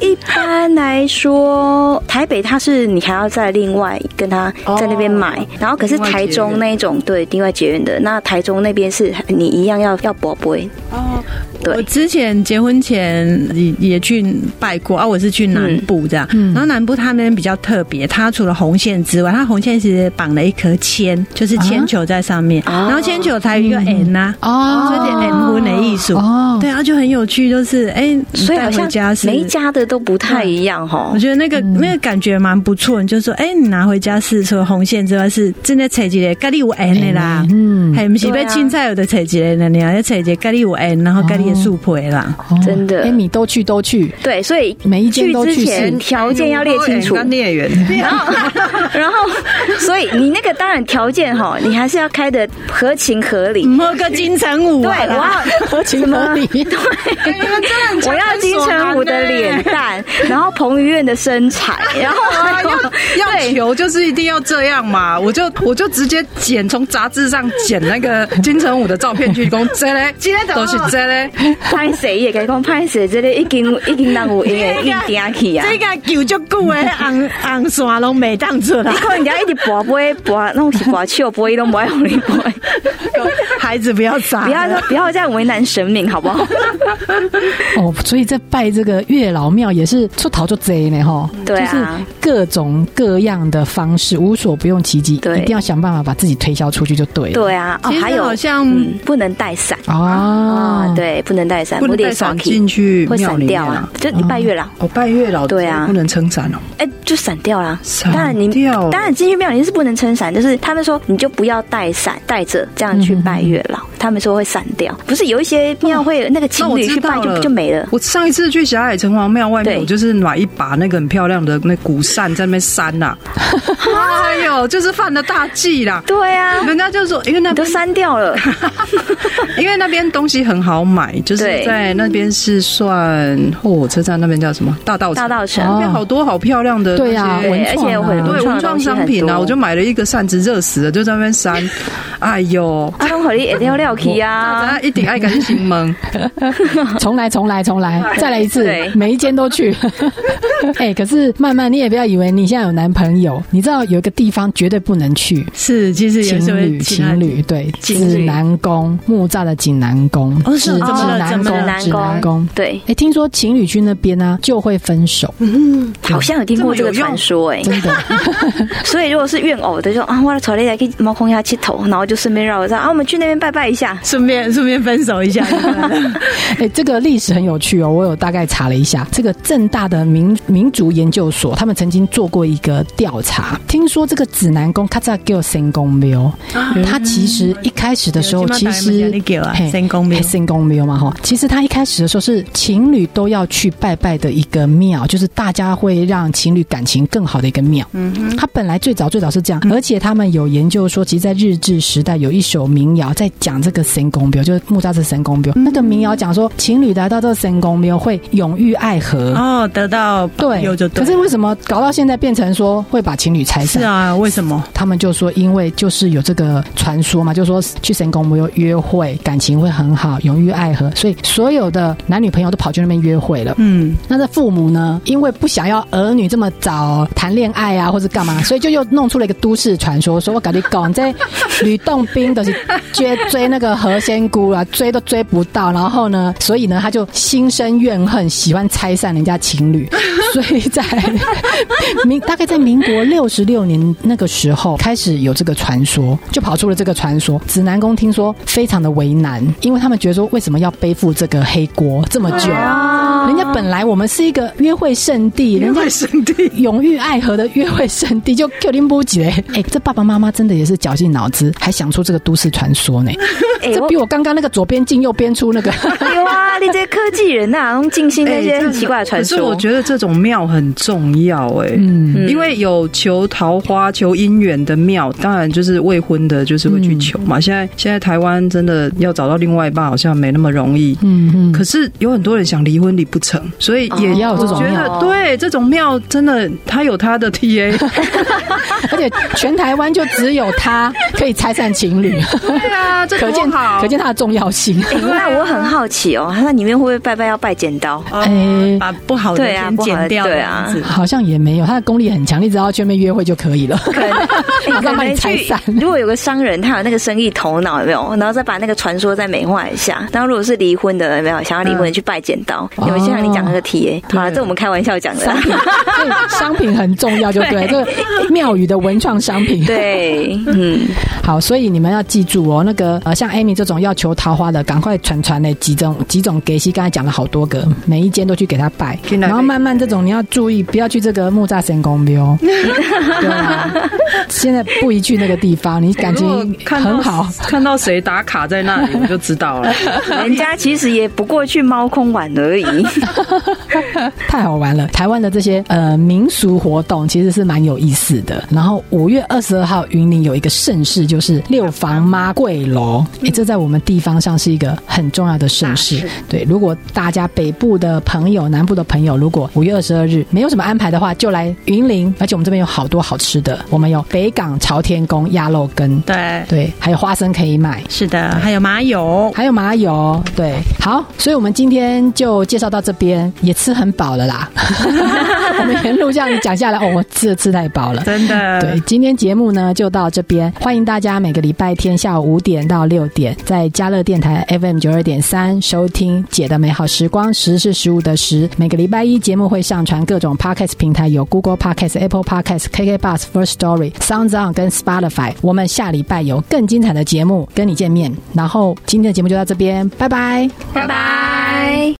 一般来说，台北它是你还要再另外跟他在那边买，然后可是另外结台缘中那一种对另外结缘的，那台中那边是你一样要要宝贝，对 我之前结婚前也也去拜过啊，我是去南部这样，嗯然后南部他们比较特别，它除了红线之外，它红线其实绑了一颗铅，就是铅球在上面，啊然后铅球才有一个嗯 N 呐、啊，哦，所以得 M 婚的艺术，哦对啊，就很有趣，就是哎，你所以带好回像家是每一家哦的都不太一样哈我。觉得那个、那个感觉蛮不错，你就说，哎、你拿回家是除了红线之外，是真的采集的咖喱有 N 的啦，嗯，还不是对被啊青菜有的采集的呢，你还要采集咖喱有 N，然后咖喱的素培啦，真的哎、你都去都去，对，所以每一间去都去之前是条件要列清楚，跟孽缘，然后， 然后，所以你那个当然条件哈，你还是要开的合情合理。摸个金城武、对，啊，我要合情合理，我要金城武的脸蛋，然后彭于晏的身材，然后哎还有要对求就是一定要这样嘛。我就我就直接剪从杂志上剪那个金城武的照片去公，这嘞，今天都是这嘞，拍谁也该讲拍谁，这个已经已经让我演一点去啊。这个球就久诶，红红线拢没当出来你。看人家一直拔杯拔，弄是拔球杯都不爱红你拔，孩子不要傻，不要说不要再为难神明好不好？哦，所以在拜这个月老庙也是出逃就贼呢哈，对啊就是各种各样的方式，无所不用其极，对一定要想办法把自己推销出去就对了。对啊，哦其实还有好像嗯不能带伞啊啊，，对，不能带伞，不能得带伞扫起进去会庙散里面掉啊啊。，就你拜月老。哦，拜月老对啊不能撑伞哦，哎、就散掉啦。散当然你掉当然进去庙里是不能撑伞，就是他们说你就不要带伞，带着这样去拜月老，嗯他们说会散掉。不是有一些庙会那个情侣去拜就就没了。我上一次去霞海城隍庙外面，对我就是买一把那个很漂亮的那古扇在那边扇 呐、哎呦，就是犯了大忌啦。对啊，人家就说，因为那你都边删掉了。 因为那边东西很好买，就是对在那边是算后火车站那边叫什么大道城大道城那边好多好漂亮的对啊那些文对，而创且啊文对文的创东西商很品啊，多我就买了一个扇子，热死了，就在那边扇，哎呦。啊，我你也要料皮 啊。啊，一定爱赶紧行蒙， 重来，重来，重 来，再来一次对，每一间都去。 哎、可是曼曼，你也不要以为你现在有男朋友，你知道有一个地方绝对不能去，是，其实有时情候会侣，情侣对，情侣指南宫，木栅的指南宫，哦是指怎么指了南怎么宫，了指南宫。对哎、，听说情侣去那边呢、就会分手，好像有听过这个传说哎、真的。 所以如果是怨偶的，就啊，我的草地来去猫空下去头，然后就顺便绕一下啊，我们去那边拜拜一下。顺便顺便分手一下。哎、这个历史很有趣哦，我有大概查了一下，这个正大的民民族研究所，他们曾经做过一个调查，听说这个指南宫，它在叫神宫庙，它其实一开始的时候，有现其在大实家也叫啊嘿神宫庙嘿神宫庙嘛哈，其实它一开始的时候是情侣都要去拜拜的一个庙，就是大家会让情侣感情更好的一个庙。嗯哼，它本来最早最早是这嗯样，而且他们有研究说，其实，在日治时代有一首民谣在讲这个神宫庙，就是木扎子神宫庙。嗯那个民谣讲说，情侣来到这个神宫庙会永浴爱河。哦，得到对有就，对可了。是为什么搞到现在变成说会把情侣拆是散？啊，为什么？他们就说，因为就是有这个传说嘛，就说去神宫庙约会，感情会很好，永浴爱河，所以所有的男女朋友都跑去那边约会了。嗯，那这父母呢，因为不想要儿女这么早谈恋爱啊，或者干嘛，所以就又弄出了一个都市传说，说我搞你讲这吕洞宾都是追追那个何仙姑啊， 追都追不到，然后呢，所以呢，他就心生怨恨，喜欢拆散人家情侣，所以在民大概在民国六十六年那个时候开始有这个传说，就跑出了这个传说。指南宫听说非常的为难，因为他们觉得说为什么要背负这个黑锅这么啊久？啊哦人家本来我们是一个约会圣地，人家为圣地永浴爱河的约会圣地，就 Q 林波 姐，哎、这爸爸妈妈真的也是绞尽脑汁，还想出这个都市传说呢。哎、这我比我刚刚那个左边进右边出 那个，有啊，你这些科技人呐、啊，尽信那些很奇怪的传哎可是说。我觉哎得这种庙很重要哎、嗯，嗯因为有求桃花、求姻缘的庙，当然就是未婚的，就是会去求嗯嘛。现在现在台湾真的要找到另外一半，好像没那么容易。嗯嗯，可是有很多人想离婚离不成，所以也哦也要有这种觉庙得对这种庙真的，他有他的 TA，而且全台湾就只有他可以拆散情侣，对 啊，这可见多好可见它的重要性。哎那我很好奇哦，他那里面会不会拜拜要拜剪刀？啊哦哎把不好的对啊先不好的剪掉，对这啊样子。好像也没有，他的功力很强，你只要去那边约会就可以了。 可能哎马上可把你能拆去散，如果有个商人，他有那个生意头脑，有没有？然后再把那个传说再美化一下。然后如果是离婚的，有没有想要离婚的去拜剪刀？哦有像你讲那个题，哎好了，这我们开玩笑讲的啊。所以商品很重要，就对，这个庙宇的文创商品。对，嗯，好，所以你们要记住哦，那个呃，像 Amy 这种要求桃花的，赶快传传嘞几种几种给西，刚才讲了好多个，每一间都去给他拜，进来然后慢慢这种你要注意，不要去这个木栅神宫 庙，对啊，现在不宜去那个地方，你感如情果看到很好，看到谁打卡在那里，我就知道了。人家其实也不过去猫空玩而已。太好玩了！台湾的这些呃民俗活动其实是蛮有意思的。然后五月二十二号，云林有一个盛事，就是六房妈贵楼，哎、这在我们地方上是一个很重要的盛事。对，如果大家北部的朋友、南部的朋友，如果五月二十二日没有什么安排的话，就来云林，而且我们这边有好多好吃的，我们有北港朝天宫鸭肉羹，对，对，还有花生可以买。是的，还有麻油，还有麻油，对，好，所以我们今天就介绍到这边，也吃很饱了啦。 我们沿路这样讲下来，哦，我吃的吃太饱了。真的，对，今天节目呢就到这边，欢迎大家每个礼拜天下午五点到六点，在嘉乐电台 FM 九二点三收听《姐的美好时光》，十是十五的十。每个礼拜一节目会上传各种 Podcast 平台，有 Google Podcast、Apple Podcast、KK Bus、First Story、Sound On 跟 Spotify。我们下礼拜有更精彩的节目跟你见面，然后今天的节目就到这边，拜拜。拜拜。